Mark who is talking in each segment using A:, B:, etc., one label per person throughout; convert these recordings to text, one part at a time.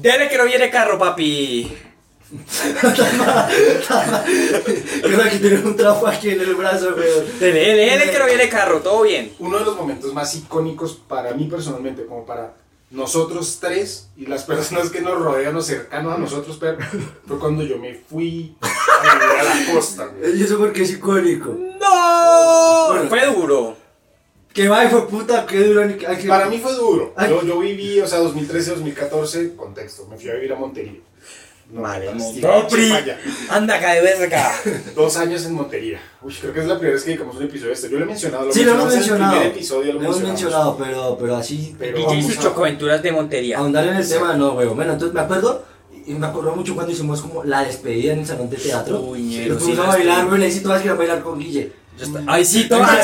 A: Dele que no viene carro, papi.
B: Creo que tiene un trapo aquí en el brazo, weón.
A: Dele, dele, dele que no viene carro, todo bien.
C: Uno de los momentos más icónicos para mí personalmente, como para nosotros tres y las personas que nos rodean o cercanos a nosotros, pero fue cuando yo me fui a vivir a la costa. güey.
B: Y eso porque es icónico.
A: ¡No!
B: Bueno.
A: Fue duro.
B: Que va, hijo de puta, qué duro. ni- ay, que-
C: Para mí fue duro. Yo, yo viví, o sea, 2013, 2014, contexto, me fui a vivir a Montería. No,
A: Vale,
C: para
A: Montería.
C: Chimaya. Chimaya.
A: Anda acá de verga.
C: Dos años en Montería. Uy, creo que es la primera vez que dedicamos un episodio a esto. Yo lo he mencionado.
B: Sí, lo hemos
C: mencionamos en el
B: mencionado.
C: primer episodio,
B: Lo
C: lo
B: hemos
C: mencionamos.
B: mencionado, pero, pero así.
C: Pero
A: DJ y sus
C: vamos a-
A: chocoventuras de Montería.
B: Ahondar en el tema, no, weón. Bueno, entonces me acuerdo. Y me acuerdo mucho cuando hicimos como la despedida en el salón de teatro.
A: Uy,
B: Y
A: ñero,
B: nos
A: sí,
B: pusimos
A: la
B: a bailar,
A: despedida.
B: weón. Y así todas querían bailar con Guille.
A: Ya está. Ay, sí, toca,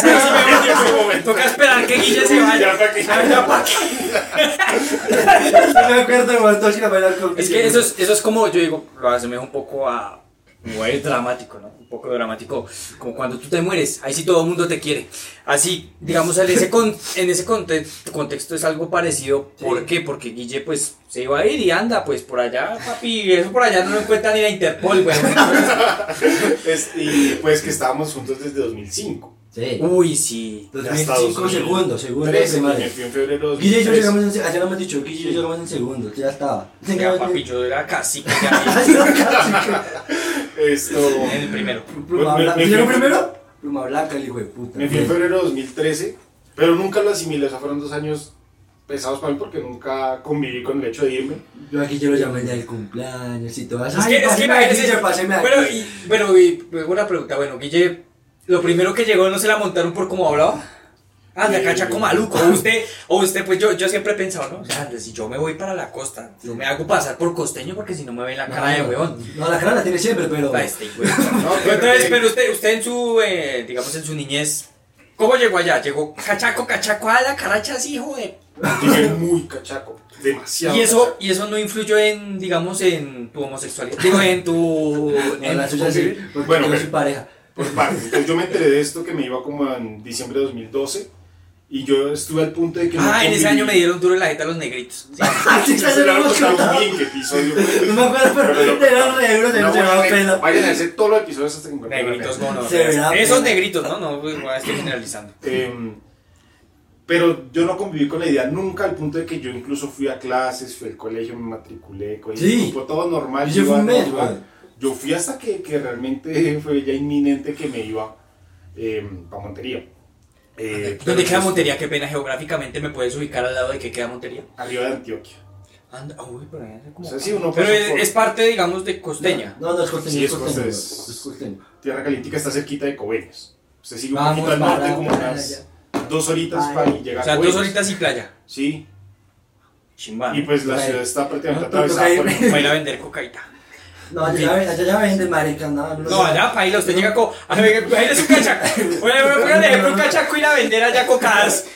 A: toca esperar que Guille se vaya.
C: Ya, pa' que-
A: Ah, ya, pa' que-
B: No me acuerdo, weón. Todas querían bailar con Guille.
A: Es que eso es, eso es como, yo digo, lo asemejo un poco a... Muy dramático, ¿no? Un poco dramático, como cuando tú te mueres, ahí sí todo el mundo te quiere. Así, digamos, en ese, con- en ese conte- contexto es algo parecido. ¿Por qué? Porque Guille, pues, se iba a ir y anda, pues, por allá, papi, eso por allá no lo encuentra ni la Interpol, güey.
C: Es- y pues que estábamos juntos desde 2005.
B: Sí.
A: Uy, sí.
C: Hasta
B: 2005
C: 2000.
B: segundo, segundo.
C: 13, me
B: primaria.
C: fui en febrero de
B: Guille y yo
C: 2013.
B: llegamos en, se- ayer hemos dicho, Guille y yo llegamos en segundo, ya estaba.
A: Ya, papi, yo era casi que ya
B: ¿Primero?
C: Esto.
A: en el primero.
B: Pluma
C: Me- me-
B: blanca.
C: me-
B: ¿Primero, primero? Pluma blanca, el hijo de puta.
C: Me fui en febrero de 2013, pero nunca lo asimilé. O sea, fueron dos años pesados para mí porque nunca conviví con el hecho de irme.
B: Yo aquí yo lo llamé ya el cumpleaños y todo eso.
A: Es
B: Ay,
A: que, es que
B: páseme
A: me
B: aquí,
A: parece-
B: Guille, páseme aquí.
A: Bueno, y, bueno, y luego una pregunta. Bueno, Guille, lo primero que llegó no se la montaron por cómo hablaba. Ah, la
C: Sí.
A: cacha como maluco. O usted, o usted, pues yo, yo siempre he pensado, ¿no? O sea, pues, si yo me voy para la costa, yo me hago pasar por costeño porque si no me ven la cara de huevón.
B: No, la cara la tiene siempre, pero.
A: Está este, huevón.
C: No, pero
A: Entonces,
C: que-
A: pero usted, usted en su, eh, digamos, en su niñez, ¿cómo llegó allá? Llegó cachaco, cachaco, a la caracha así, hijo de
C: Llegué muy cachaco, demasiado.
A: Y eso,
C: cachaco.
A: y eso no influyó en, digamos, en tu homosexualidad. Digo, en tu.
B: No,
A: en
B: la
A: tu
B: suya sí,
A: convivir.
B: porque
C: Bueno,
B: yo
C: pero-
B: soy pareja.
C: Por parte. Entonces, yo me enteré de esto que me iba como en diciembre de 2012 y yo estuve al punto de que. no
A: Ah, en ese
C: conviví.
A: año me dieron duro en la jeta los negritos. Sí.
B: Así que se lo
C: Claro,
B: hemos
C: pues, algo
B: contado.
C: bien que episodio.
B: No me acuerdo, pero
C: lo-
B: era re duro, se
C: una
B: nos
C: buena
B: llevaba
C: re-
B: pelo.
C: Vayan a hacer todos los episodios hasta que encuentren la
A: Negritos,
C: pena.
A: no, no.
B: Se verá,
A: Esos
B: pues.
A: negritos, ¿no? No, pues, bueno, estoy generalizando.
C: Eh, pero yo no conviví con la idea nunca al punto de que yo incluso fui a clases, fui al colegio, me matriculé, con
B: Sí.
C: grupo, todo normal.
B: Y yo fui
C: iba,
B: un
C: no
B: mes,
C: iba.
B: güey.
C: Yo fui hasta que, que realmente fue ya inminente que me iba para Montería. Eh, pero
A: ¿Dónde queda
C: pues,
A: Montería? Qué pena, geográficamente me puedes ubicar al lado de que queda Montería.
C: Arriba de Antioquia.
A: Anda, uy, pero allá es como-
C: O sea, sí, uno
A: Pero
C: pasa
A: es,
C: por-
A: es parte, digamos, de costeña.
B: No, no es costeño,
C: Sí,
B: es
C: es
B: costeño.
C: costes.
B: es costeño.
C: Tierra Calientica está cerquita de Coveñas. Usted sigue un
B: Vamos
C: poquito al
B: para
C: norte, como
B: allá.
C: unas dos horitas
B: Ay.
C: para llegar
A: O sea,
C: a
A: dos
C: Coveñas.
A: horitas y playa.
C: Sí.
A: Chimbano.
C: Y pues la
B: Ay.
C: ciudad está prácticamente
B: No, pero
C: atravesada
B: ahí-
C: por el
A: Para ir pues, a vender cocaína.
B: No, allá ya allá ya venden marica, no.
A: No, allá, paila, usted llega con. Ahí es un cachaco. Oye, voy a ponerle un cachaco y la vender allá cocadas.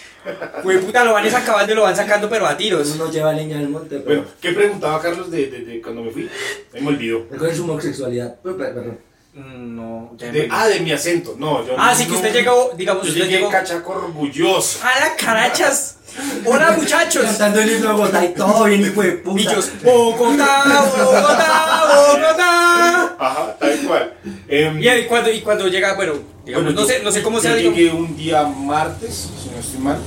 A: Güey, puta, lo van es acabando y lo van sacando, pero a tiros.
B: Uno lleva leña del monte, pero.
C: Bueno, ¿qué preguntaba Carlos de, de- de cuando me fui? Ahí me olvidó.
B: Recuerden su homosexualidad.
A: Pues,
B: Pero, pero, pero,
A: Mm, No, ya
C: De-
A: me-
C: ah, de mi acento. No, yo
A: Ah, sí, que
C: no-
A: usted llegó, digamos,
C: Yo
A: usted
C: llegué
A: llegó.
C: cachaco orgulloso.
A: ¡A la carachas! ¡Hola, muchachos!
B: Cantando el himno de Bogotá y todo bien, hijo de puta.
A: Millos, Bogotá, Bogotá, Bogotá.
C: Ajá, tal cual. Em,
A: Y ahí cuando, y cuando llega, bueno, digamos,
C: bueno,
A: no,
C: yo-
A: sé, no sé cómo
C: yo
A: sea, digamos,
C: llegué un día martes, si no estoy mal,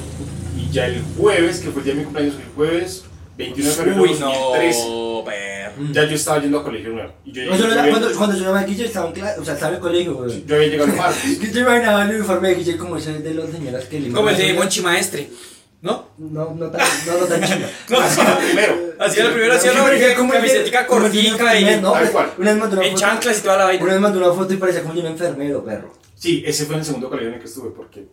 C: y ya el jueves, que fue el día de mi cumpleaños, el jueves 21 de febrero de
A: Uy, Mm.
C: 2013,
A: no, perro.
C: ya yo estaba yendo a colegio nuevo. Y yo,
B: No, yo
C: llegué-
B: no
C: yo
B: era-
C: había-
B: cuando, cuando yo era Guille estaba en clase, o sea, estaba en el colegio, güey.
C: yo había llegado el martes.
B: Yo te imaginaba el uniforme de Guille como ese de las señoras que le
A: Como el de Monchi Maestre, ¿no?
B: No, no tan, no, no tan chido.
A: No,
C: Así era primero.
A: Así era primero, así
B: Yo
A: era
B: me refiero
A: primero,
B: como
A: con
B: el de-
A: camisetica
B: como el de
A: cortica
B: Uniforme,
A: y
B: ¿no?
C: Tal
B: Pues,
C: cual.
B: Una vez mandó una
A: en
B: foto.
A: chanclas y toda la
B: Una
A: vaina.
B: vez mandó una foto y parecía como un enfermero, perro.
C: Sí, ese fue el segundo colegio en el que estuve, porque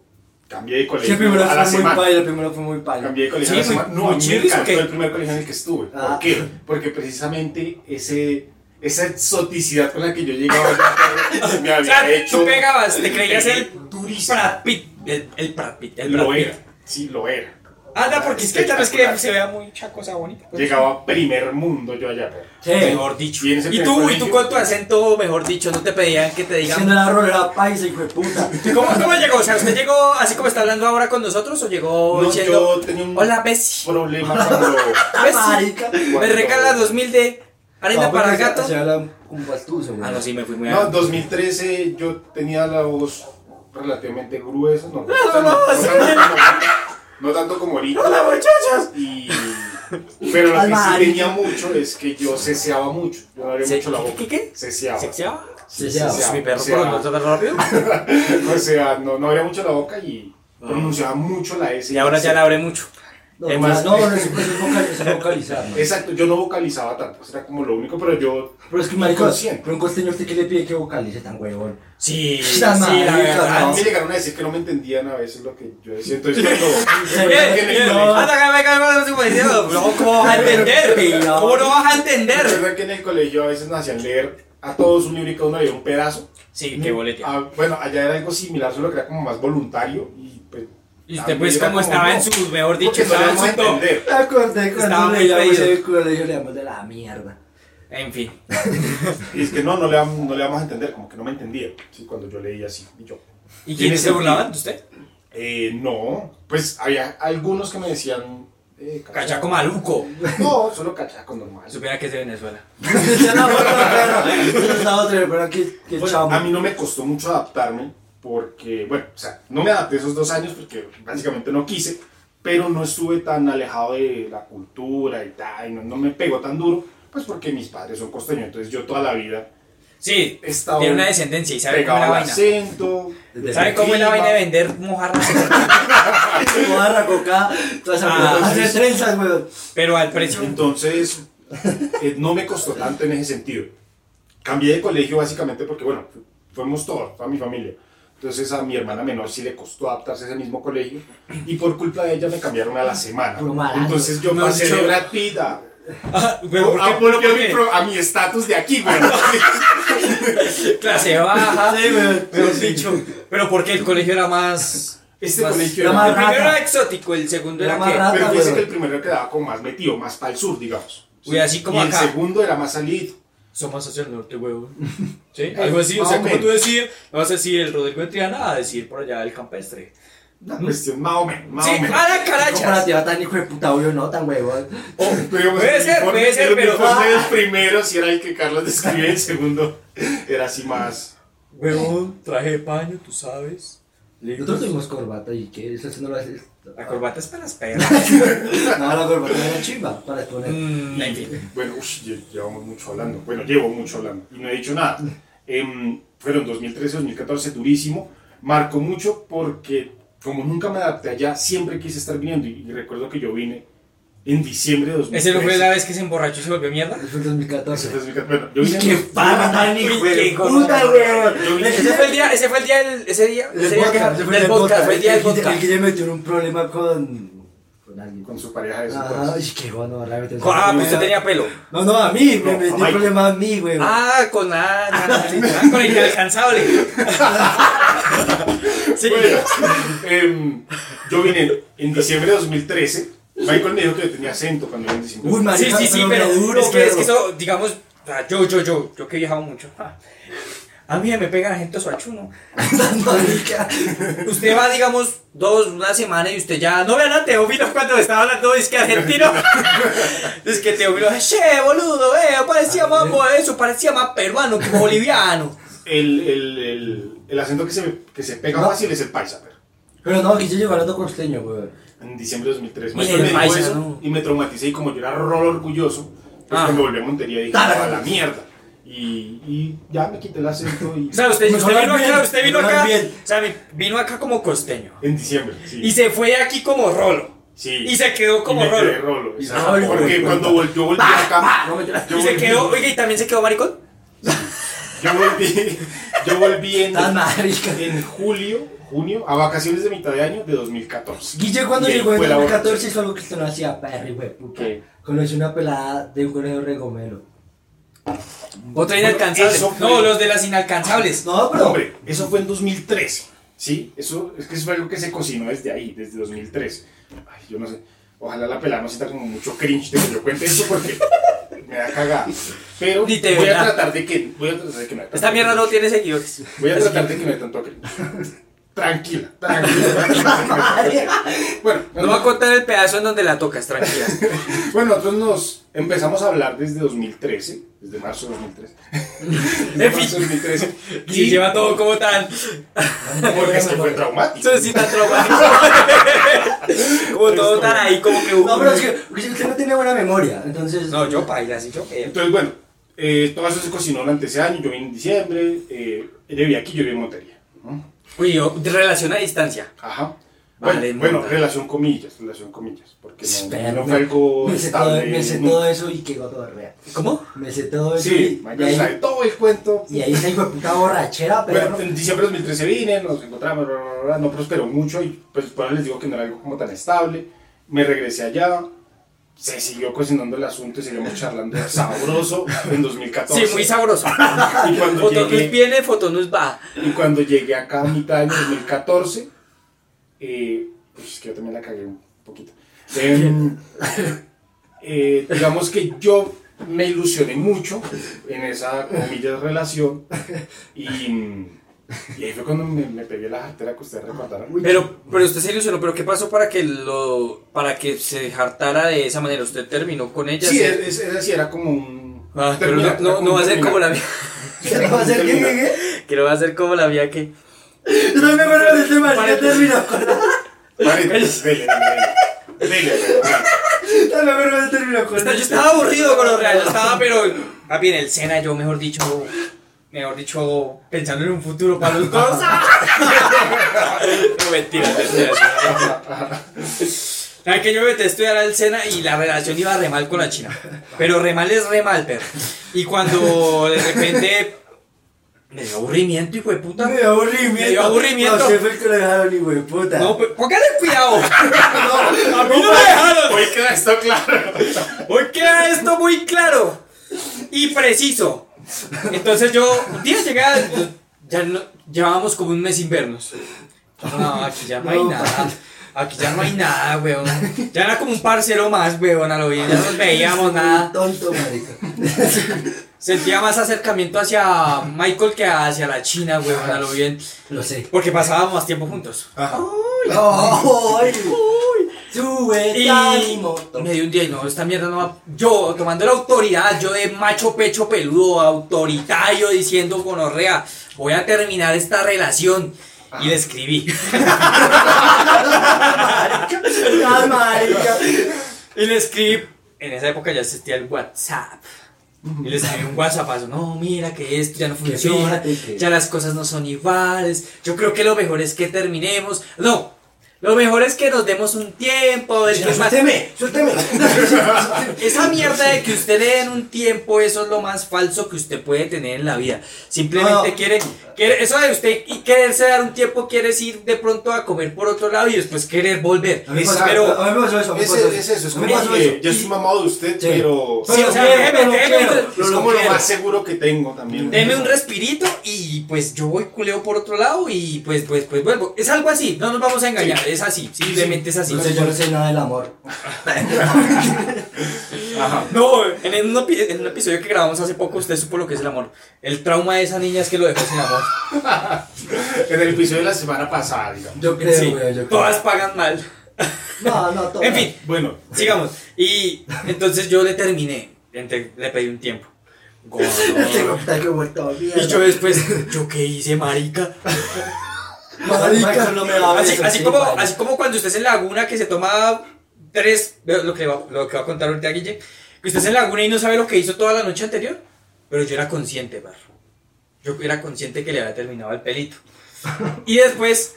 C: cambié de
B: Sí,
C: colegio
B: el primero
C: a la
B: fue muy
C: semana.
B: paila, el primero fue muy paila.
C: Cambié de colegio
A: Sí,
C: a la
A: muy-
C: semana. No,
A: muy
C: a mí me
A: chiris, ¿o
C: encantó
A: qué?
C: el primer colegio en el que estuve. ¿Por
B: Ah.
C: qué? Porque precisamente ese, esa exoticidad con la que yo llegaba me
A: O
C: había
A: sea,
C: hecho.
A: tú pegabas, te creías el
C: durísimo.
A: Brad Pitt, el, el Brad Pitt, el Brad
C: Lo
A: Pitt.
C: era. Sí, lo era.
A: Anda, porque es que tal vez que se vea mucha cosa bonita. pues.
C: Llegaba primer mundo yo allá, perro.
B: Sí.
A: Mejor dicho.
C: Y en ese
A: Y tú, y
C: colegio-
A: tú con tu acento, mejor dicho, no te pedían que te digan.
B: Siendo la rolera paisa, hijo de puta.
A: ¿Cómo, ¿Cómo llegó? O sea, ¿usted llegó así como está hablando ahora con nosotros o llegó
C: No,
A: diciendo
C: yo tenía un-
A: Hola, Bessie?
C: Problema cuando.
A: Bessie,
B: Marica.
A: me regala 2000 de harina
B: No, porque
A: para
C: pues,
B: se-
A: gato.
B: Se habla con pastuso, güey.
A: Ah, no, sí, me fui muy
C: No,
A: a-
C: 2013 yo tenía la voz relativamente gruesa, no,
A: no,
C: no,
A: no, sí.
C: tanto, como- no tanto como ahorita.
A: muchachos!
C: Y, pero lo
B: Al
C: que sí
B: mar.
C: tenía mucho es que yo ceseaba mucho. Yo abría
A: Se-
C: mucho la boca.
A: ¿qué, qué, qué?
C: Ceseaba.
A: ¿Sexeaba?
B: Sí,
C: Sí,
B: sí,
C: sí.
A: ¿Es mi perro
C: sí,
A: por
C: ah.
A: lo tanto, rápido?
C: o sea, no, no abría mucho la boca y pronunciaba mucho la S.
A: Ah. Y ahora ya la abre mucho.
B: No,
A: Es
B: no,
A: más- eh.
B: no, no, eso es vocal- eso es vocalizar. ¿no?
C: Exacto, yo no vocalizaba tanto, eso era como lo único, pero yo.
B: Pero es que, marico,
C: Inconsciente.
B: pero un costeño, ¿usted qué le pide que vocalice tan huevón?
A: Sí, sí,
B: Esa
A: la
B: marica,
A: verdad.
C: A
B: no.
C: mí me llegaron a decir que no me entendían a veces lo que yo decía, entonces cuando.
B: Sí,
A: Bien,
C: Porque
A: bien.
C: en el
B: no.
A: Anda, acá, acá, acá, acá, como diciendo, no, ¿Cómo vas a entender?
B: Pero-
A: ¿Cómo no vas a entender?
C: verdad que en el colegio a veces nos hacían leer a todos un libro y cada uno leía un pedazo.
A: Sí, qué boletia.
C: Ah, bueno, allá era algo similar, solo que era como más voluntario. Y, pues,
A: Y
C: a mí
A: usted pues
C: era
A: como estaba
C: no,
A: en su, mejor dicho,
C: porque
A: estaba
C: no le
A: en
C: vamos a
A: su top.
C: entender.
B: Acordé
A: Estaba
B: cuando
A: muy
B: le damos
A: feo.
B: el colegio, le damos de la mierda.
A: En fin.
C: Y es que no, no le, vam- no le vamos a entender, como que no me entendía. Sí, cuando yo leía así, y yo.
A: ¿Y
C: Tiene
A: quiénes se
C: sentido.
A: burlaban de usted?
C: Eh, no, pues había algunos que me decían. Eh,
A: Cachaco maluco.
C: No, solo cachaco normal.
A: Supiera que es de Venezuela.
B: Esa es la otra, perro. Esa es la otra, pero que, que
C: Bueno,
B: chamo.
C: a mí no me costó mucho adaptarme porque, bueno, o sea, no me adapté esos dos años porque básicamente no quise, pero no estuve tan alejado de la cultura y tal, y no, no me pegó tan duro, pues porque mis padres son costeños, entonces yo toda la vida
A: Sí,
C: he estado
A: tiene una descendencia y sabe cómo es
C: pegado
A: la
C: al
A: vaina.
C: acento.
B: Desde
A: ¿Sabe
C: el
A: cómo es la
C: clima.
A: vaina de vender mojarras?
B: Mojarra, coca, toda esa
A: Ah,
B: mierda.
C: entonces-
B: Hacer trenzas, weón.
A: Pero al precio.
C: Entonces, eh, no me costó tanto en ese sentido. Cambié de colegio básicamente porque, bueno, fu- fuimos todos, toda mi familia. Entonces a mi hermana menor sí le costó adaptarse a ese mismo colegio y por culpa de ella me cambiaron a la semana.
B: Puro malazo.
C: Entonces yo
A: No,
C: pasé
A: yo-
C: de Brad Pitt a,
A: Ah, pero ¿por qué?
C: a- porque
A: ¿Por
C: a mi
A: qué?
C: pro- a mi estatus de aquí, güey.
A: Clase baja.
B: Sí, weón.
A: Mejor dicho. Pero porque el colegio era más.
C: Este
A: más-
C: colegio
B: era
A: El
B: más
A: primero
B: rata.
A: era exótico, el segundo
B: Era
A: era
B: más
A: que.
B: rata.
C: Pero fíjese
B: güey.
C: que el primero quedaba como más metido, más para el sur, digamos.
A: Uy, así como
C: y
A: acá.
C: el segundo era más salido.
A: Somos hacia el norte, huevón. ¿Sí?
C: Eh,
A: Algo así. O sea,
C: más o
A: como tú
C: menos.
A: decías, no vas a decir el Rodrigo de Triana a decir por allá el campestre.
C: Una cuestión más o menos, más
A: Sí, ah,
C: o menos.
A: a la caracha.
B: Comparativa tan hijo de puta, obvio, no tan huevón.
C: Pero,
A: Puede
C: el
A: ser,
C: uniforme-
A: puede ser,
C: el
A: pero-
C: uniforme del primero si era el que Carlos describía, el segundo era así más.
A: Huevón, traje de paño, tú sabes.
B: Nosotros tuvimos corbata y que eso no lo haces.
A: La corbata es para las perras.
B: No, la corbata era chiva para exponer.
A: Mm, en
C: Y,
A: fin.
C: bueno, ush, lle- llevamos mucho hablando. Bueno, llevo mucho hablando y no he dicho nada. Em, fueron 2013, 2014 durísimo. Marcó mucho porque, como nunca me adapté allá, siempre quise estar viniendo. Y, y recuerdo que yo vine en diciembre de 2013.
A: ¿Ese no fue la vez que se emborrachó y se volvió mierda?
B: Eso fue en
C: Ese
B: 2014.
C: fue 2014. Bueno, yo vine en-
B: pana tan hijo de
A: Qué
B: puta,
A: gordo.
C: Yo
B: weón.
C: vine-
A: Ese fue el día, ese fue el día del, ese día,
B: El
A: ese día que-
B: podcast, ese fue
A: del
B: el
A: podcast,
B: podcast,
A: fue el día del
B: el que-
A: podcast.
B: El que se metió en un problema con. con alguien.
C: con su pareja de ese
B: Ah,
C: entonces.
B: ay, qué bueno, realmente.
A: Ah, pues usted tenía pelo.
B: No, no, a mí,
C: No,
B: me metí
C: a
B: un problema a mí, weón.
A: Ah, con ah, na- na- na- con el inalcanzable. Sí.
C: Bueno, em, yo vine en diciembre de 2013. Michael me dijo que yo tenía acento cuando yo en diciembre.
B: Uy,
A: Sí,
B: marica,
A: sí, sí,
B: me
A: pero
B: duro,
A: es que, es
B: perro.
A: que eso, digamos, o sea, yo, yo, yo, yo que he viajado mucho. ah, A mí me pega la gente suachuno.
B: Marica.
A: Usted va, digamos, dos, una semana y usted ya. No vean a Teófilo cuando estaba hablando, es que argentino. es que Teófilo, che, boludo, eh, parecía más bo- eso, parecía más peruano que boliviano.
C: El, el, el, el acento que se, me- que se pega
B: No.
C: fácil es el paisa, pero
B: Pero no, que yo llego hablando costeño, weón.
C: en diciembre de 2013.
A: Mira,
C: Michael me
A: el
C: dijo
A: paisa,
C: eso
A: ¿no?
C: y me traumaticé. Y como yo era rol orgulloso, pues
A: Ah.
C: cuando volví a Montería dije,
B: Dale.
C: a la mierda. Y, y ya me quité el acento y...
A: O sea, usted, usted
B: Mejorar
A: vino acá,
B: bien,
A: usted vino
B: mejorar
A: acá.
B: bien.
A: O sea, vi- vino acá como costeño.
C: en diciembre, sí.
A: Y se fue de aquí como rolo.
C: Sí.
A: Y se quedó como
C: Y me quedé
A: rolo.
C: rolo,
B: Y
C: exacto.
B: rolo,
C: Porque
B: güey,
C: cuando
B: cuenta.
C: vol- yo volví acá...
B: no me tra-
C: yo
A: Y se
C: volví-
A: quedó, oiga, y también se quedó maricón.
C: Yo volví, yo volví en,
B: Tan marica.
C: en julio, junio, a vacaciones de mitad de año de 2014.
B: Guille cuando
C: Y ahí
B: llegó en
C: fue la
B: 2014 hizo algo que usted no hacía, perro, güey, puta.
C: ¿Qué?
B: Conocí una pelada de un colegio regomelo.
A: Otra inalcanzable.
C: eso fue-
A: No, los de las inalcanzables.
B: No,
C: borracha.
B: pero...
C: Hombre, eso fue en 2013. Sí, eso es que eso fue algo que se cocinó desde ahí, desde 2003. Ay, yo no sé. Ojalá la pelada no sienta como mucho cringe de que yo cuente esto porque me da cagada. Pero
A: Ni te
C: voy a
A: verá.
C: tratar de que voy a tratar de que no haya tanto
A: Esta mierda no
C: cringe.
A: tiene seguidores.
C: Voy a tratar de que no haya tanto cringe. Tranquila, tranquila. tranquila. bueno,
A: No va a contar el pedazo en donde la tocas, tranquila.
C: bueno, nosotros nos empezamos a hablar desde 2013, desde marzo de 2013. desde
A: En fin.
C: marzo de 2013.
A: Y lleva todo como tan.
C: Porque es que fue traumático.
A: Eso sí tan traumático. como todo tan ahí, como que.
B: No, pero es que usted no tiene buena memoria, entonces...
A: No, yo paila, sí, yo qué.
C: Entonces, bueno, eh, todo eso se cocinó durante ese año. Yo vine en diciembre, eh, ella vivía aquí, yo vivía en Montería. ¿no?
A: Uy, yo, relación a distancia.
C: Ajá. Bueno,
A: Vale,
C: bueno,
A: monta.
C: relación comillas, relación comillas. Porque no,
B: Espera,
C: no fue algo
B: me sé todo,
C: estable.
B: me sé
C: no.
B: todo eso y qué gonorrea.
A: ¿Cómo?
B: Me sé todo eso
C: Sí,
B: y, y
C: Michael sabe
B: ahí,
C: todo el cuento.
B: y ahí se hijo de puta borrachera, pero...
C: Bueno, en diciembre de 2013 vine, nos encontramos, bla, bla, bla, no prosperó mucho y pues por ahora les digo que no era algo como tan estable. Me regresé allá, se siguió cocinando el asunto y seguimos charlando sabroso en 2014.
A: Sí, muy sabroso.
C: Y cuando llegué-
A: Fotonus viene, Fotonus va.
C: Y cuando llegué acá a mitad del 2014, eh, uy, es que yo también la cagué un poquito. Em, eh, digamos que yo me ilusioné mucho en esa comillas relación y, y ahí fue cuando me, me pegué la jartera que ustedes recordaron.
A: Pero, pero usted se ilusionó, pero ¿qué pasó para que lo, para que se hartara de esa manera? ¿Usted terminó con ella?
C: Sí, eh,
A: ¿Se-
C: es, es- es así, era como un...
A: Ah, pero no,
C: terminar,
A: no,
C: era
A: no va a
C: un
A: ser como la mía.
B: ¿Qué va a hacer? ¿Qué, qué,
A: Que no va a ser como la mía que.
B: qué? No me acuerdo de este man, ya terminó con...
C: terminar. Vale, dele, dele, dele, dele.
B: No me acuerdo de terminó con...
A: Yo estaba aburrido con los real, yo estaba, pero. Papi, en el Sena, yo mejor dicho. Mejor dicho, pensando en un futuro para los dos. no, mentira, mentira. ¿Saben que yo me metí a estudiar al Sena y la relación iba re mal con la China? Pero re mal es re mal, perro. Y cuando de repente. Me dio aburrimiento, hijo de puta.
B: Me dio aburrimiento.
A: Me dio aburrimiento.
B: No, se fue el que lo dejaron, hijo de puta.
A: No, pero- ¿por qué le cuidado? No, a mí no me dejaron.
C: Hoy queda esto claro.
A: Hoy queda esto muy claro y preciso. Entonces yo, un día llegaba, ya no- llevábamos como un mes sin vernos. No, aquí ya no, hay
B: No,
A: nada. Aquí ya no hay nada, weón. Ya era como un parcero más, weón, a lo bien. Ya no nos veíamos nada.
B: Tonto, marica.
A: Sentía más acercamiento hacia Michael que hacia la China, weón, a lo bien.
B: Lo sé.
A: Porque pasábamos más tiempo juntos.
B: ¡Ay! Sube
A: Y
B: tal moto.
A: me dio un día y no, esta mierda no va. Yo tomando la autoridad, yo de macho pecho peludo, autoritario, diciendo gonorrea, voy a terminar esta relación. Y le escribí.
B: ¡Ah, marica!
A: Y le escribí. En esa época ya existía el WhatsApp. Y le escribí un WhatsApp, no, mira que esto ya no funciona,
B: fíjate que-
A: ya las cosas no son iguales, yo creo que lo mejor es que terminemos. No, lo mejor es que nos demos un tiempo, es que es más-
B: ¡Suélteme! ¡Suélteme!
A: Esa mierda de que usted le den un tiempo, eso es lo más falso que usted puede tener en la vida. Simplemente
B: No.
A: quiere, quiere, eso de usted y quererse dar un tiempo, quieres ir de pronto a comer por otro lado y después querer volver.
B: A mí me
A: Eso,
B: pasó-
A: pero,
B: a mí me pasó eso. a mí me
C: Es,
B: pasó
C: es eso, es
B: A mí me
C: como
B: pasó
C: que
B: eso.
C: yo estoy mamado de usted,
B: Sí.
C: pero...
A: Sí, o sea, déjeme, déjeme,
C: Es como lo más seguro que tengo también.
A: deme un respirito y pues yo voy culeo por otro lado y pues, pues, pues vuelvo. Es algo así, no nos vamos a engañar, es así, simplemente es así.
B: No sé, yo no sé nada del amor.
C: Ajá.
A: No, en un, epi- en un episodio que grabamos hace poco usted supo lo que es el amor. El trauma de esa niña es que lo dejó sin amor.
C: En el episodio de la semana pasada, digamos.
B: Yo creo,
A: Sí,
B: güey, yo creo.
A: todas pagan mal.
B: No, no, todas.
A: En fin,
C: Bueno,
A: sigamos. Y entonces yo le terminé, ente- le pedí un tiempo. Gordo.
B: Tengo puta que vuelto a mierda.
A: Y yo después, ¿yo qué hice, marica?
B: Marica, no me da
A: Así,
B: besos,
A: así
B: sí,
A: como,
B: vale.
A: así como cuando usted es en Laguna que se toma tres, lo que, va, lo que va a contar ahorita Guille, que usted es en Laguna y no sabe lo que hizo toda la noche anterior, pero yo era consciente, barro. Yo era consciente que le había terminado el pelito. Y después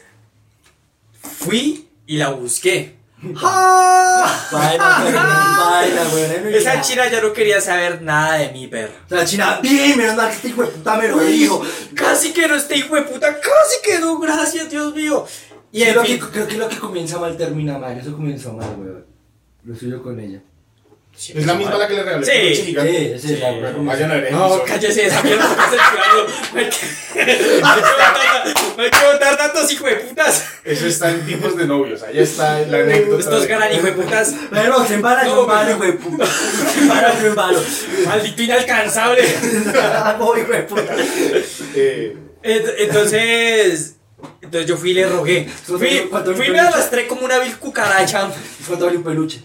A: fui y la busqué.
B: Baila, güey, baila, güey.
A: Esa china ya no quería saber nada de mi perro.
B: La china, bien, menos mal que este hijo de puta me lo dijo.
A: Casi que no este hijo de puta, casi que no, gracias, Dios mío. Y
B: Sí,
A: en
B: lo
A: fin,
B: que- creo que lo que comienza mal termina mal. Eso comenzó mal, güey. Lo suyo con ella.
C: Es la misma la que le regalé.
A: Sí.
C: con Noche Gigante.
B: Sí, sí, la-
C: Bueno, vayan a ver. el
A: No,
C: episodio.
A: cállese, esa mierda está censurando. No hay que- no hay que botar ta- no hay que botar tantos hijo de putas.
C: Eso está en tipos de novios. Ahí está la anécdota.
A: Estos
C: de-
A: ganan hijo de putas.
B: Pero que embala
A: No,
B: yo embalo, hijo de puta. Que embala yo embalo.
A: Maldito inalcanzable.
B: Oh, hijo de puta.
C: Eh,
A: Ent- Entonces. Entonces yo fui y le rogué. Fui,
B: ¿Cuánto-
A: fui y me arrastré como una vil cucaracha.
B: ¿Cuánto vale un peluche?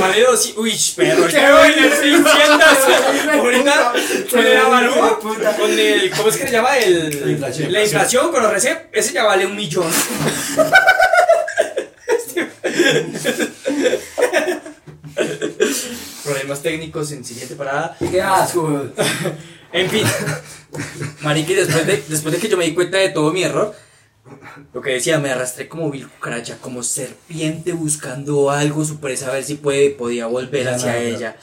A: Vale, dos- Uy, perro. ¡Qué bueno! 600. Ahorita con el avalúo. Con el. ¿Cómo es que se llama? El,
B: La inflación.
A: La inflación con los recep. Ese ya vale un millón. Problemas técnicos en siguiente parada.
B: Qué asco.
A: En fin, Mariqui, después de, después de que yo me di cuenta de todo mi error, lo que decía, me arrastré como vil cucaracha, como serpiente buscando algo, su presa, a ver si puede, podía volver
B: Ya,
A: hacia
B: ya, ya.
A: ella.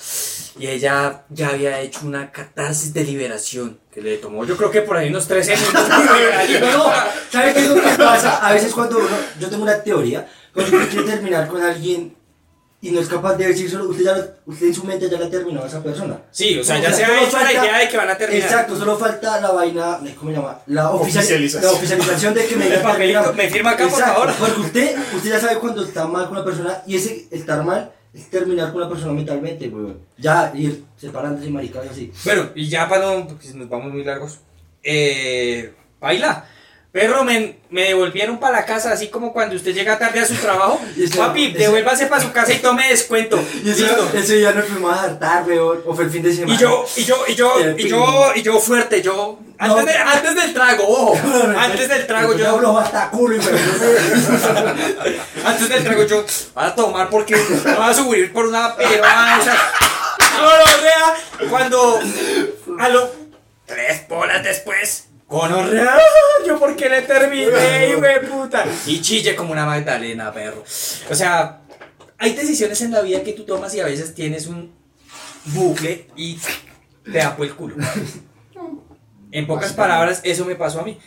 A: Y ella ya había hecho una catarsis de liberación que le tomó, yo creo que por ahí unos 13 minutos.
B: No, ¿sabes qué es lo que pasa? A veces cuando uno, yo tengo una teoría, cuando usted quiere terminar con alguien y no es capaz de decir solo, usted, ya lo- usted en su mente ya la terminó a esa persona.
A: Sí, o sea,
B: No,
A: ya se ha
B: solo
A: hecho la idea de que van a terminar.
B: Exacto, solo falta la vaina, ¿cómo se llama? La, oficial-
C: Oficialización.
B: la oficialización de que me
A: El
B: digan
A: papelito,
B: terminamos.
A: me firma acá, por
B: Exacto,
A: favor.
B: Porque usted, usted ya sabe cuando está mal con una persona y ese estar mal es terminar con una persona mentalmente, weón. Ya ir separándose y maricas así.
A: Bueno, y ya para no, porque nos vamos muy largos. Eh, baila. Perro, me, me devolvieron para la casa, así como cuando usted llega tarde a su trabajo.
B: Y eso-
A: Papi,
B: eso-
A: devuélvase para su casa y tome descuento.
B: Y eso,
A: Listo.
B: eso ya nos fuimos a hartar, weón. O fue el fin de semana.
A: Y yo, y yo, y yo,
B: El
A: y yo,
B: primo.
A: y yo fuerte, yo. Antes,
B: Eh, No.
A: de- antes del trago, ojo. Antes del trago,
B: Yo
A: yo.
B: hablo hasta culo y me
A: Antes del trago, yo. Voy a tomar porque me voy a subir por una peruanza. No lo vea. Cuando. A lo. Tres bolas después. Gonorrea. Yo porque le terminé, hijo de puta. Y chille como una Magdalena, perro. O sea, hay decisiones en la vida que tú tomas y a veces tienes un bucle y te da por el culo. En pocas palabras, eso me pasó a mí.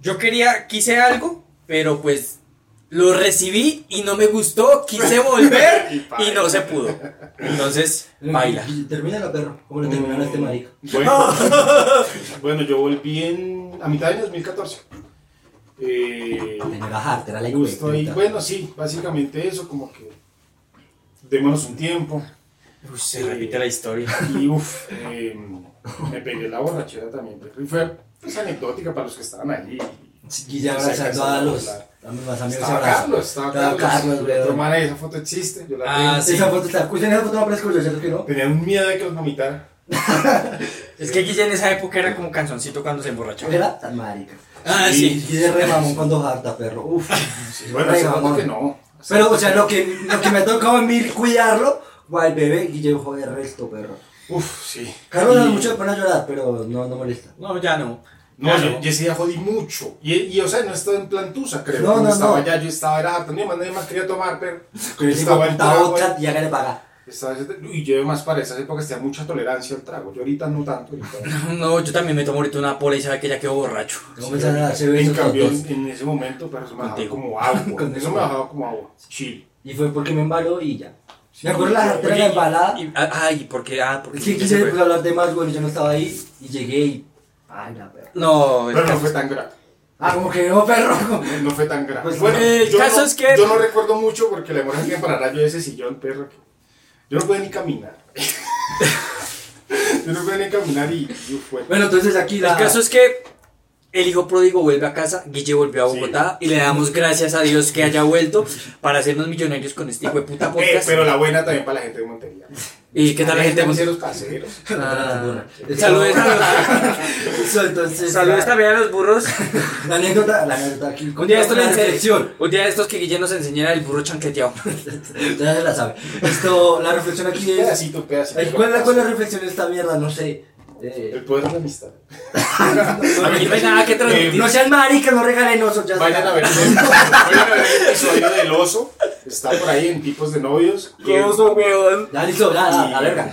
A: Yo quería, quise algo, pero pues lo recibí y no me gustó, quise volver y no se pudo. Entonces, baila.
B: Termina la perro. ¿Cómo le terminaron a este marica?
C: mm, Bueno, bueno, yo volví en, a mitad de 2014. Eh,
B: Me la harta, era la
C: Yo estoy- bueno, sí, básicamente eso, como que démonos un tiempo.
A: Uy, se repite la historia.
C: Y uff, me pegué la borrachera también. pero Fue pues, anecdótica para los que estaban allí.
B: Y ya abrazando a los. A mis más amigos se
C: Estaba
B: abrazan.
C: Carlos, estaba
B: Estaba
C: Carlos.
B: Carlos, weón.
C: Tomara, esa foto existe. Yo la
A: Ah,
C: tengo.
A: sí.
B: Esa foto está. Cuiden esa foto no aparezco yo, ¿cierto que no?
C: Tenía un miedo de que los vomitara.
A: Es que Guille en esa época era como canzoncito cuando se emborrachaba.
B: Era tan marica.
A: Ah,
C: sí.
B: Y de re mamón cuando harta, perro. Uf.
C: Sí, bueno, hace rato que no. Hace
B: Pero,
C: rato
B: o sea,
C: que
B: lo que, lo que me ha tocado a mí cuidarlo, guay, bebé, y yo joder, resto, perro.
C: no. Uf, sí.
B: Carlos
C: Y-
B: da mucho para llorar, pero no, no molesta.
A: No, ya no. Ya
C: No, yo, yo ese día jodí mucho. Y, y, o sea, no estaba en plantusa, creo.
B: No,
C: Cuando
B: no,
C: estaba
B: no.
C: allá, yo estaba, era harto. Ni más, nadie más quería tomar, pero.
B: Con ese hijo
C: estaba
B: de
C: el
B: puta
C: trago,
B: vodka y hágale pagar.
C: estaba ese- Y yo, además, para esas épocas tenía mucha tolerancia al trago. Yo ahorita no tanto. ahorita-
A: No, yo también me tomo ahorita una pola y sabe que ya quedo borracho.
B: Comienzan a darse
C: en
B: besos
C: cambio,
B: todos.
C: en, en ese momento, pero eso me bajaba
A: Contigo.
C: como agua.
B: Contigo.
C: Eso me bajaba como agua. Chill.
B: Y fue porque me embaló y ya.
C: Sí.
B: Me acuerdo la jartera
A: Oye,
B: de la
A: y-
B: embalada.
A: y- ah, Ay, ¿por qué? Ah, porque
B: Es que
A: Guille se
B: quise pues,
A: fue.
B: hablar de más, güey, yo no estaba ahí. Y llegué y. Ay, la perra.
A: No, el
C: Pero no
A: caso-
C: fue tan grave.
B: Ah, como que no, perro.
C: Eh, No, no fue tan grave.
B: Pues,
A: el
C: yo
A: caso
C: no-
A: es que-
C: Yo no recuerdo mucho porque la demora que me parara yo de ese sillón, perro. que- Yo no podía ni caminar. yo no podía ni caminar y, y fue.
B: Bueno, entonces aquí la.
A: El caso es que el hijo pródigo vuelve a casa, Guille volvió a
C: Sí.
A: Bogotá y le damos gracias a Dios que haya vuelto para hacernos millonarios con este hijo de puta
B: pues,
C: Eh,
A: podcast.
C: pero la buena también para la gente de Montería.
A: ¿Y qué tal la gente? de
C: de
A: Monte-
C: los caseros?
A: Ah, Saludos a
B: Eso, entonces.
A: los- saludos
B: la,
A: también a los burros.
B: la anécdota, la anécdota aquí.
A: Un día de estos
B: la
A: le
B: reflexión.
A: Un día de estos que Guille nos enseñara el burro chanqueteado.
B: Ya se la sabe. Esto, la reflexión aquí es.
C: Pedacito, pedacito.
B: Ay, ¿Cuál, ¿Cuál es la reflexión de esta mierda? No sé. Eh,
C: El poder de la amistad.
A: Aquí no hay nada que transmitir.
B: no sean maricas, no regalen osos. Ya se
C: Eh, Vayan
B: la-
C: a ver el, vayan a ver el episodio del oso. Está por ahí en tipos de novios.
A: Qué oso, weón.
B: Ya listo, ya, ya, la verga.